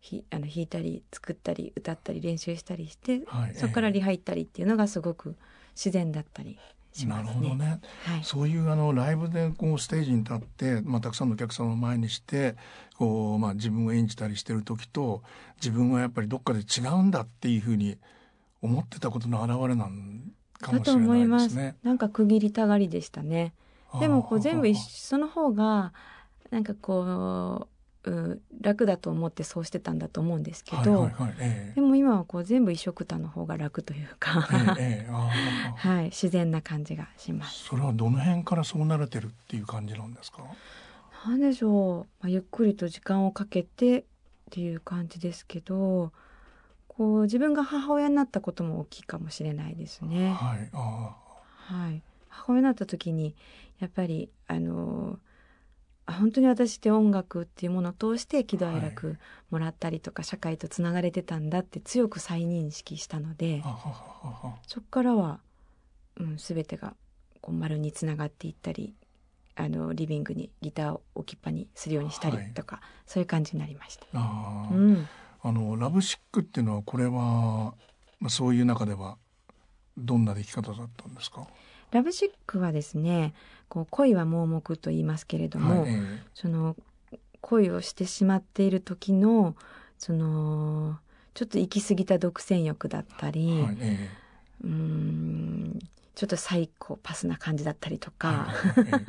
S2: ひあの弾いたり作ったり歌ったり練習したりして、
S1: はい
S2: そこからリハ行ったりっていうのがすごく自然だったりし
S1: な
S2: ま
S1: る
S2: す
S1: ほど
S2: ね。
S1: ね
S2: はい、
S1: そういうあのライブでこうステージに立って、まあ、たくさんのお客様を前にしてこう、まあ、自分を演じたりしてる時と自分はやっぱりどっかで違うんだっていうふうに思ってたことの表れなんか
S2: だ
S1: もし
S2: と
S1: れ
S2: 思い
S1: ない
S2: ま
S1: です
S2: す
S1: ね。
S2: なんか区切りたがりでしたね。でもこう全部一緒その方がなんかこううん楽だと思ってそうしてたんだと思うんですけ
S1: あー
S2: ど、
S1: はいはいはいえ
S2: でも今はこう全部一緒くたの方が楽というか、
S1: えええええ
S2: <laughs>
S1: あー
S2: はい、自然な感じがします。
S1: それはどの辺からそうなれてるっていう感じなんですか
S2: なんでしょう、まあ、ゆっくりと時間をかけてっていう感じですけどこう自分が母親になったことも大きいかもしれないですね。
S1: はいあ
S2: はい、母親になった時にやっぱりあのあ本当に私って音楽っていうものを通して喜怒哀楽もらったりとか、社会とつながれてたんだって強く再認識したので
S1: ーあはははは
S2: そこからは、うん、全てがこう丸につながっていったりあのリビングにギターを置きっぱにするようにした
S1: はい
S2: りとか、そういう感じになりました。
S1: あー
S2: うん、
S1: あのラブシックっていうのはこれは、まあ、そういう中ではどんな出来方だったんですか
S2: ラブシックはですねこう恋は盲目と言いますけれども、
S1: はいえ
S2: その恋をしてしまっている時のそのちょっと行き過ぎた独占欲だった
S1: え
S2: り、
S1: はいえ
S2: うーんちょっとサイコパスな感じだったりと
S1: え
S2: か、
S1: はいはい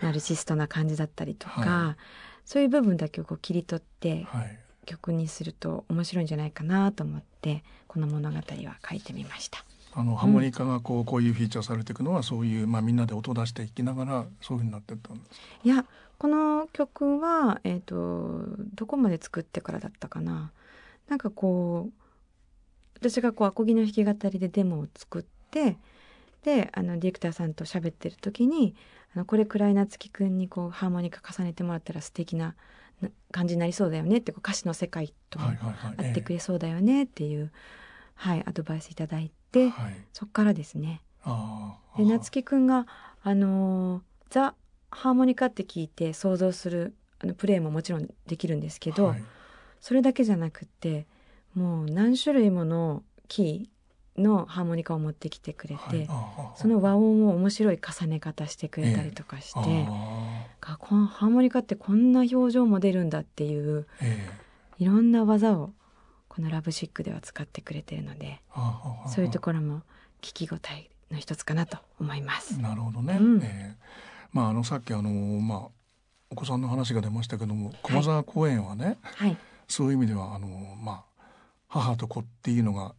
S2: ナルシストな感じだったりとか、
S1: は
S2: そういう部分だけをこう切り取って
S1: はい
S2: <laughs>
S1: はい
S2: 曲にすると面白いんじゃないかなと思ってこの物語は書いてみました。
S1: あのハーモニカがこうこういうフィーチャーされていくのはそういう、まあ、みんなで音を出していきながらそういうふうになってったんです
S2: いやこの曲は、えー、とどこまで作ってからだったかななんかこう私がこうアコギの弾き語りでデモを作ってであのディレクターさんと喋ってる時にあのこれくらい夏樹くんにこうハーモニカ重ねてもらったら素敵なな感じになりそうだよねってこう歌詞の世界とも
S1: いはいはい
S2: 合ってく
S1: え
S2: れそうだよねっていう、はい、アドバイスいただい
S1: え
S2: て
S1: はい、
S2: そっからですね
S1: あー
S2: で夏樹くんが、あのーザ・ハーモニカって聞いて想像するあのプレイももちろんできるんですけど、
S1: はい
S2: それだけじゃなくってもう何種類ものキーのハーモニカを持ってきてくれて、
S1: はいあー
S2: その和音を面白い重ね方してくれたりとかして、
S1: あー
S2: かこのハーモニカってこんな表情も出るんだっていう
S1: ええ
S2: いろんな技をこの「ラブシック」では使ってくれてるので
S1: あーあー
S2: そういうところも聞き応えの一つかなと思います。
S1: なるほどね、
S2: うん
S1: ええまああのさっきあのまあお子さんの話が出ましたけども駒沢公園はね、
S2: はい
S1: そういう意味ではあのまあ母と子っていうのが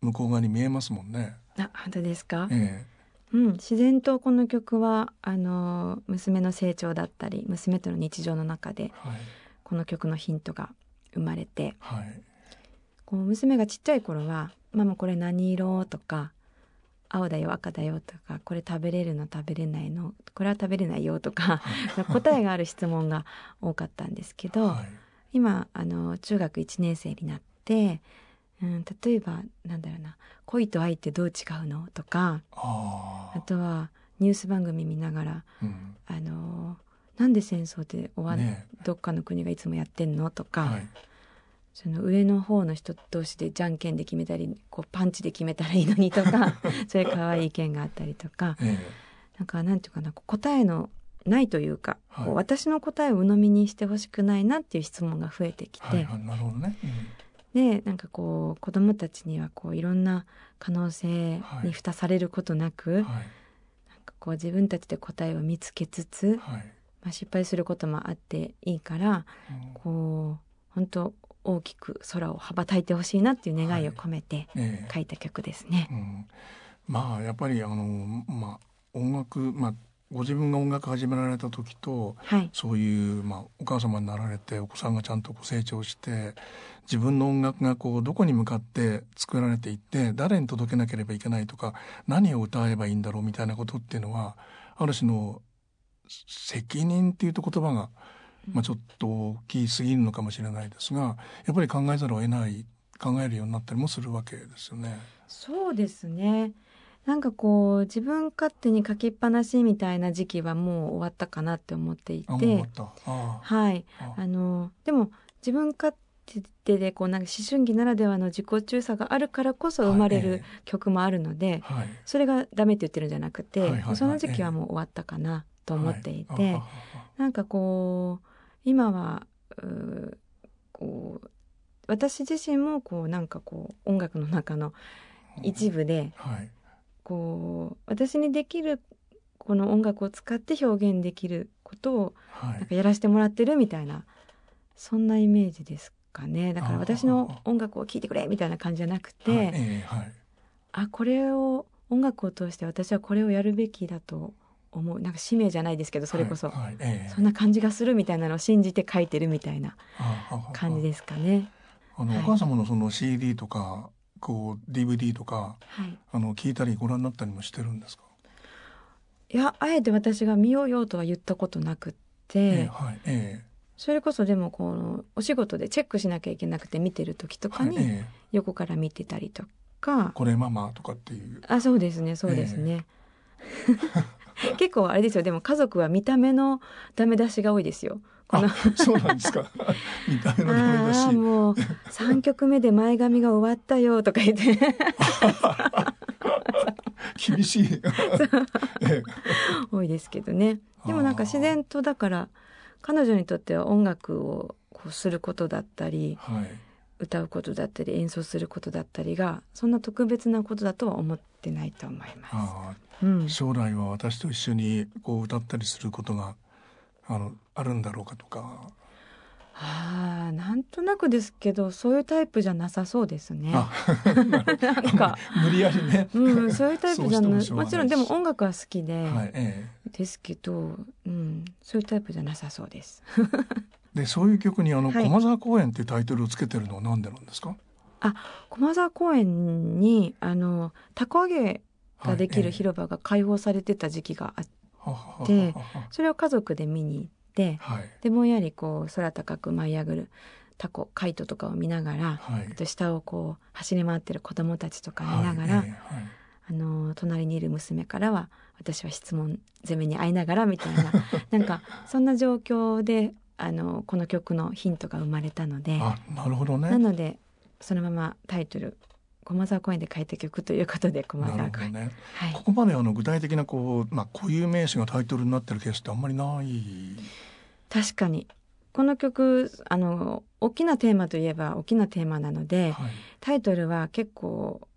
S1: 向こう側に見えますもんね。
S2: あ本当ですか、
S1: え
S2: うん、自然とこの曲はあの娘の成長だったり娘との日常の中
S1: え
S2: で
S1: はい
S2: この曲のヒントが生まれて
S1: はい
S2: こう娘がちっちゃい頃は「ママこれ何色?」とか「青だよ赤だよ」とか「これ食べれるの食べれないのこれは食べれないよ」
S1: <laughs>
S2: とか答えがある質問が多かったんですけど、
S1: はい
S2: 今あの中学1年生になって、うん、例えばなんだろうな「恋と愛ってどう違うの?」とか
S1: あ
S2: あ
S1: あ、
S2: とはニュース番組見ながら
S1: うん、
S2: 「あのなんで戦争って終わん、
S1: ね
S2: どっかの国がいつもやってんの?」とか、
S1: はい
S2: その上の方の人同士でじゃんけんで決めたりこうパンチで決めたらいいのにと
S1: <laughs>
S2: かそういう可愛い意見があったりとか
S1: え
S2: なんかなんていうかなこう答えのないというか、
S1: はい
S2: こう私の答えを鵜呑みにしてほしくないなっていう質問が増えてきて、
S1: えはいはいなるほどね。
S2: でなんかこう子どもたちにはこういろんな可能性に蓋されることなく、
S1: うん、
S2: なん
S1: はい
S2: かこう自分たちで答えを見つけつつ、
S1: はい、
S2: まあ、失敗することもあっていいから
S1: うん
S2: こう本当大きく空を羽ばたいてほしいなっていう願いを込めて
S1: ええ
S2: 書いた曲ですね。
S1: うん、まあやっぱりあの、まあ、音楽、まあ、ご自分が音楽始められた時と
S2: はい、
S1: そういう、まあ、お母様になられてお子さんがちゃんとこう成長して自分の音楽がこうどこに向かって作られていって誰に届けなければいけないとか何を歌えばいいんだろうみたいなことっていうのはある種の責任っていうと言葉が、まあ、ちょっと大きすぎるのかもしれないですがやっぱり考えざるを得ない考えるようになったりもするわけですよね。
S2: そうですね。なんかこう自分勝手に書きっぱなしみたいな時期はもう終わったかなって思ってい
S1: あもう終わ
S2: て
S1: っ、たあ
S2: はい、
S1: ああ
S2: あのでも自分勝手でこうなんか思春期ならではの自己中さがあるからこそ生まれる曲もあるので、
S1: はい
S2: それがダメって言ってるんじゃなくて、
S1: はいはいはい
S2: その時期はもう終わったかなと思っていて、
S1: はいあ
S2: なんかこう今はうーこう私自身もこうなんかこう音楽の中の
S1: あ
S2: 一部で
S1: はい
S2: こう私にできるこの音楽を使って表現できることを
S1: は
S2: なん
S1: い
S2: かやらせてもらってるみたいなそんなイメージですかねだか
S1: あ
S2: ら
S1: ー
S2: 私の音楽を聴いてくれみたいな感じじゃなくて、
S1: はいええはい
S2: あこれを音楽を通して私はこれをやるべきだと思うなんか使命じゃないですけどそれこそ、
S1: はいはいええ
S2: そんな感じがするみたいなのを信じて書いてるみたいな
S1: あああ
S2: 感じですかね。
S1: あの、
S2: はい
S1: お母様のその CD とかこう DVD とか
S2: はい、
S1: あの聞いたりご覧になったりもしてるんですか、
S2: いやあえて私が見ようよとは言ったことなくって、
S1: ええはいえ
S2: それこそでもこのお仕事でチェックしなきゃいけなくて見てる時と
S1: え
S2: か
S1: はい
S2: に
S1: ええ
S2: 横から見てたりとか、
S1: これママとかっていう
S2: あそうですねそうですね。 <laughs> 結構あれですよでも家族は見た目のダメ出しが多いですよ。この
S1: あそうなんですか <laughs> 見た目のダメだし
S2: <laughs> ああもう3 <laughs> 曲目で前髪が終わったよとか言って
S1: 厳しいええ
S2: 多いですけどねでもなんか自然とだから彼女にとっては音楽をこうすることだったり
S1: はい
S2: 歌うことだったり演奏することだったりがそんな特別なことだとは思ってないと思いま
S1: ああ
S2: す。うん、
S1: 将来は私と一緒にこう歌ったりすることがあのあるんだろうかとか、
S2: ああなんとなくですけどそういうタイプじゃなさそうですね。
S1: あ
S2: なんか、
S1: 無理やりね、
S2: うん、そういうタイプじ
S1: そうし
S2: ゃ
S1: て
S2: な
S1: もしょうが
S2: も
S1: ないし
S2: ちろんでも音楽は好きで、
S1: はいええ、
S2: ですけど、うん、そういうタイプじゃなさそうです。
S1: でそういう曲にあの、
S2: はい
S1: 駒沢公園っていうタイトルをつけてるのはなんでなんですか、
S2: 駒沢公園にあの凧揚げ
S1: は
S2: が
S1: い
S2: できる
S1: え
S2: 広場が開放されてた時期があって、
S1: えはははは
S2: で
S1: は
S2: それを家族で見に行って
S1: はい
S2: でぼんやりこう空高く舞い上がる凧カイトとかを見ながら。
S1: はい
S2: あと下をこう走り回ってる子供たちとか見
S1: はい
S2: ながら、
S1: ええはい
S2: あの隣にいる娘からは私は質問攻めに会いながらみたい
S1: <laughs>
S2: ななんかそんな状況であのこの曲のヒントが生まれたので
S1: あなるほど
S2: な
S1: ね
S2: のでそのままタイトル「駒沢公園」で書いた曲ということで駒
S1: なるほど
S2: 沢公園、
S1: ね
S2: はい
S1: ここまであの具体的なこう、まあ、固有名詞がタイトルになってるケースってあんまりない
S2: 確かにこの曲あの大きなテーマといえば大きなテーマなので
S1: はい
S2: タイトルは結構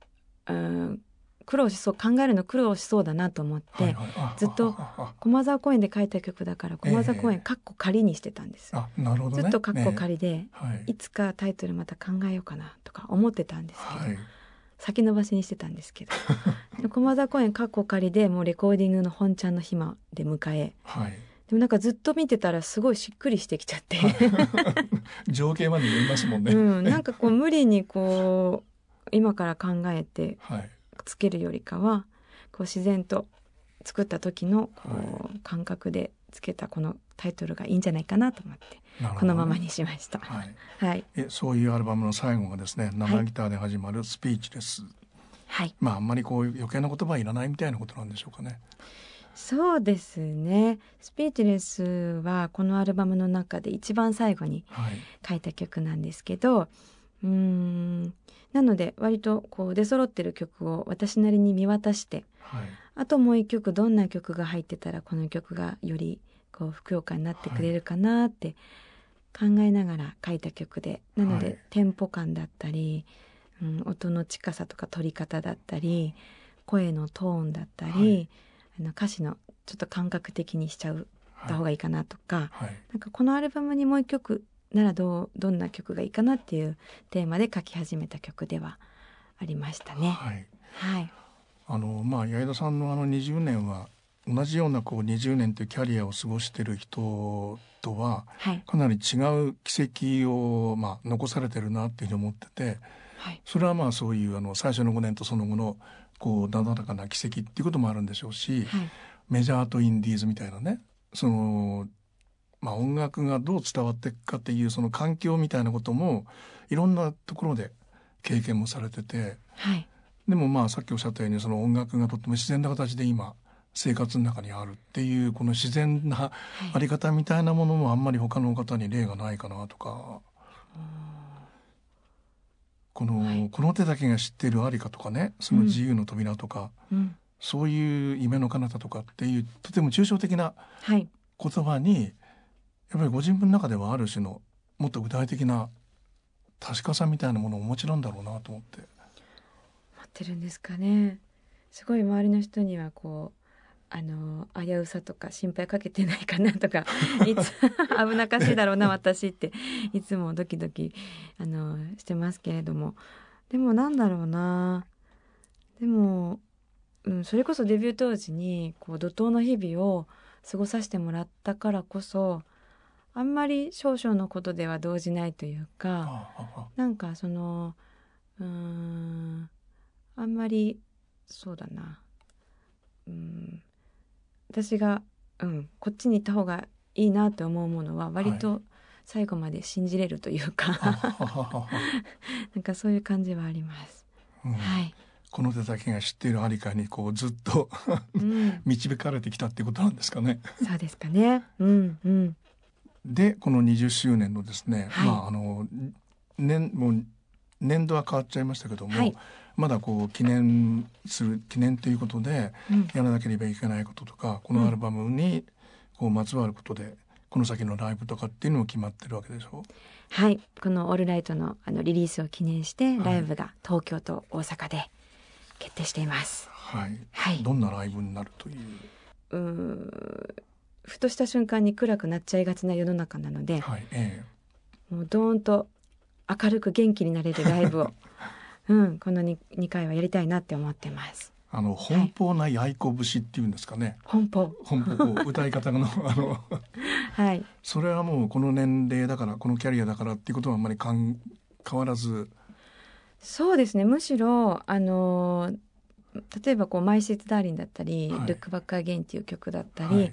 S2: うん苦労しそう考えるの苦労しそうだなと思って、
S1: はいはいあ
S2: ずっと
S1: ああ
S2: 駒沢公園で書いた曲だから駒沢公園かっこ仮にしてたんです
S1: あ、あなるほどね
S2: ずっとかっこ
S1: え
S2: 仮で、
S1: えはい
S2: いつかタイトルまた考えようかなとか思ってたんですけど、
S1: はい
S2: 先延ばしにしてたんで
S1: <laughs>
S2: すけどで駒沢公園かっこ仮でもうレコーディングの本ちゃんの日まで迎え
S1: はい
S2: でもなんかずっと見てたらすごいしっくりしてきちゃって、
S1: 情景まで言いますもんね。
S2: うん、なんかこう無理にこう今から考えて
S1: はい。
S2: つけるよりかはこう自然と作った時のこう感覚でつけたこのタイトルがいいんじゃないかなと思って
S1: なるほどね
S2: このまま。にしました。
S1: はい。
S2: はい、
S1: え、そういうアルバムの最後がですね、生ギターで始まるスピーチです。
S2: はい、
S1: まあ、あんまりこう余計な言葉はいらないみたいなことなんでしょうかね。
S2: そうですね「スピーチレス」はこのアルバムの中で一番最後に
S1: はい。
S2: 書いた曲なんですけどうーんなので割とこう出揃ってる曲を私なりに見渡して
S1: はい。
S2: あともう一曲どんな曲が入ってたらこの曲がよりこうふくよかになってくれるかなって考えながら書いた曲でなので、
S1: はい
S2: テンポ感だったり、うん、音の近さとか取り方だったり声のトーンだったり、
S1: はい
S2: あの歌詞のちょっと感覚的にしちゃっ
S1: は
S2: た方
S1: い。
S2: がいいかなとか、
S1: はい。
S2: なんかこのアルバムにもう一曲ならどうどんな曲がいいかなっていうテーマで書き始めた曲ではありましたね。
S1: はい。
S2: はい、
S1: あのまあ八重田さんのあの20年は同じようなこう20年というキャリアを過ごしてる人とは
S2: はい、
S1: かなり違う軌跡をまあ残されてるなっていうふうに思ってて、
S2: はい、
S1: それはまあそういうあの最初の5年とその後のこうなだらかな軌跡っていうこともあるんでしょうし、
S2: はい、
S1: メジャーとインディーズみたいなねその、まあ、音楽がどう伝わっていくかっていうその環境みたいなこともいろんなところで経験もされてて
S2: はい、
S1: でもまあさっきおっしゃったようにその音楽がとっても自然な形で今生活の中にあるっていうこの自然なあり方みたいなものもあんまり他の方に例がないかなとか。この、
S2: はい
S1: この手だけが知ってるありかとかねその自由の扉とか、
S2: うん、
S1: そういう夢の彼方とかっていうとても抽象的な
S2: はい、
S1: 言葉にやっぱりご自分の中ではある種のもっと具体的な確かさみたいなものをお持ちなんだろうなと思って
S2: 持ってるんですかね。すごい周りの人にはこう。あの危うさとか心配かけてないかなとかいつ危なっかしいだろうな私っていつもドキドキあのしてますけれどもでもなんだろうなでも、うん、それこそデビュー当時にこう怒涛の日々を過ごさせてもらったからこそあんまり少々のことでは動じないというか。
S1: あああ
S2: なんかそのうーんあんまりそうだなうん私が、うん、こっちに行った方がいいなと思うものは割と最後まで信じれるというか、
S1: あああ
S2: <laughs> なんかそういう感じはあります。
S1: うん
S2: はい、
S1: この手だけが知っているありかにこうずっと
S2: うん、
S1: 導かれてきたってことなんですかね。
S2: そうですかね。うんうん
S1: でこの20周年のですね、
S2: はい
S1: まああの年もう年度は変わっちゃいましたけども、
S2: はい
S1: まだこう記念する記念ということで
S2: うん
S1: やらなければいけないこととかこのアルバムにこうまつわることでこの先のライブとかっていうのも決まってるわけでしょ
S2: はい、この「オールライトの」あのリリースを記念して
S1: はい
S2: ライブが東京と大阪で決定しています。
S1: はい。
S2: はい、
S1: どんなライブになるという。
S2: うーんふとした瞬間に暗くなっちゃいがちな世の中なので
S1: はい。え
S2: もうドーンと明るく元気になれるライ
S1: <laughs>
S2: ブを、うん、この 2, 2回はやりたいなって思ってます
S1: え。あの奔放なやいこ節っていうんですかね。
S2: 本邦
S1: 奔放こう歌い方
S2: <laughs>
S1: のあの
S2: はい
S1: それはもうこの年齢だからこのキャリアだからっていうことはあんまりかん変わらず。
S2: そうですねむしろあのー例えばこう「マイ・シーツ・ダーリン」だったり「
S1: はい
S2: ルック・バック・アゲイン」っていう曲だったり、
S1: はい。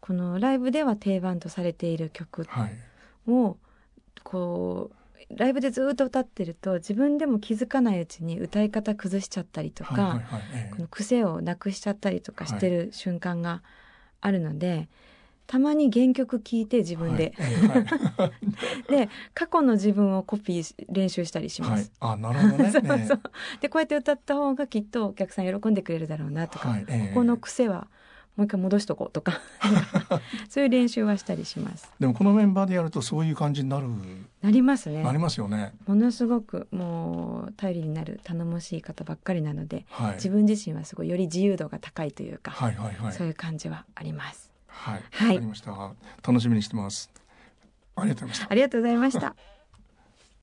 S2: このライブでは定番とされている曲
S1: はい。
S2: をこうライブでずっと歌ってると自分でも気づかないうちに歌い方崩しちゃったりとか、
S1: はいはいはいえ
S2: こ
S1: え
S2: の癖をなくしちゃったりとかしてる瞬間があるので、たまに原曲聴いて自分で、
S1: はいええはい
S2: で過去の自分をコピーし練習したりしま
S1: はい
S2: す。
S1: あなるほどね
S2: <laughs> そう
S1: え
S2: そうでこうやって歌った方がきっとお客さん喜んでくれるだろうな
S1: え
S2: とか、
S1: はいええ
S2: ここの癖はもう一回戻しとこう
S1: <laughs>
S2: とかそういう練習はしたりします。
S1: でもこのメンバーでやるとそういう感じになる
S2: なりますね
S1: なりますよね。
S2: ものすごくもう頼りになる頼もしい方ばっかりなので
S1: はい。
S2: 自分自身はすごいより自由度が高いというか、
S1: はいはいはい
S2: そういう感じはあります。
S1: はい。わ
S2: はい
S1: かりました。楽しみにしてます。ありがとうございました。
S2: ありがとうございました。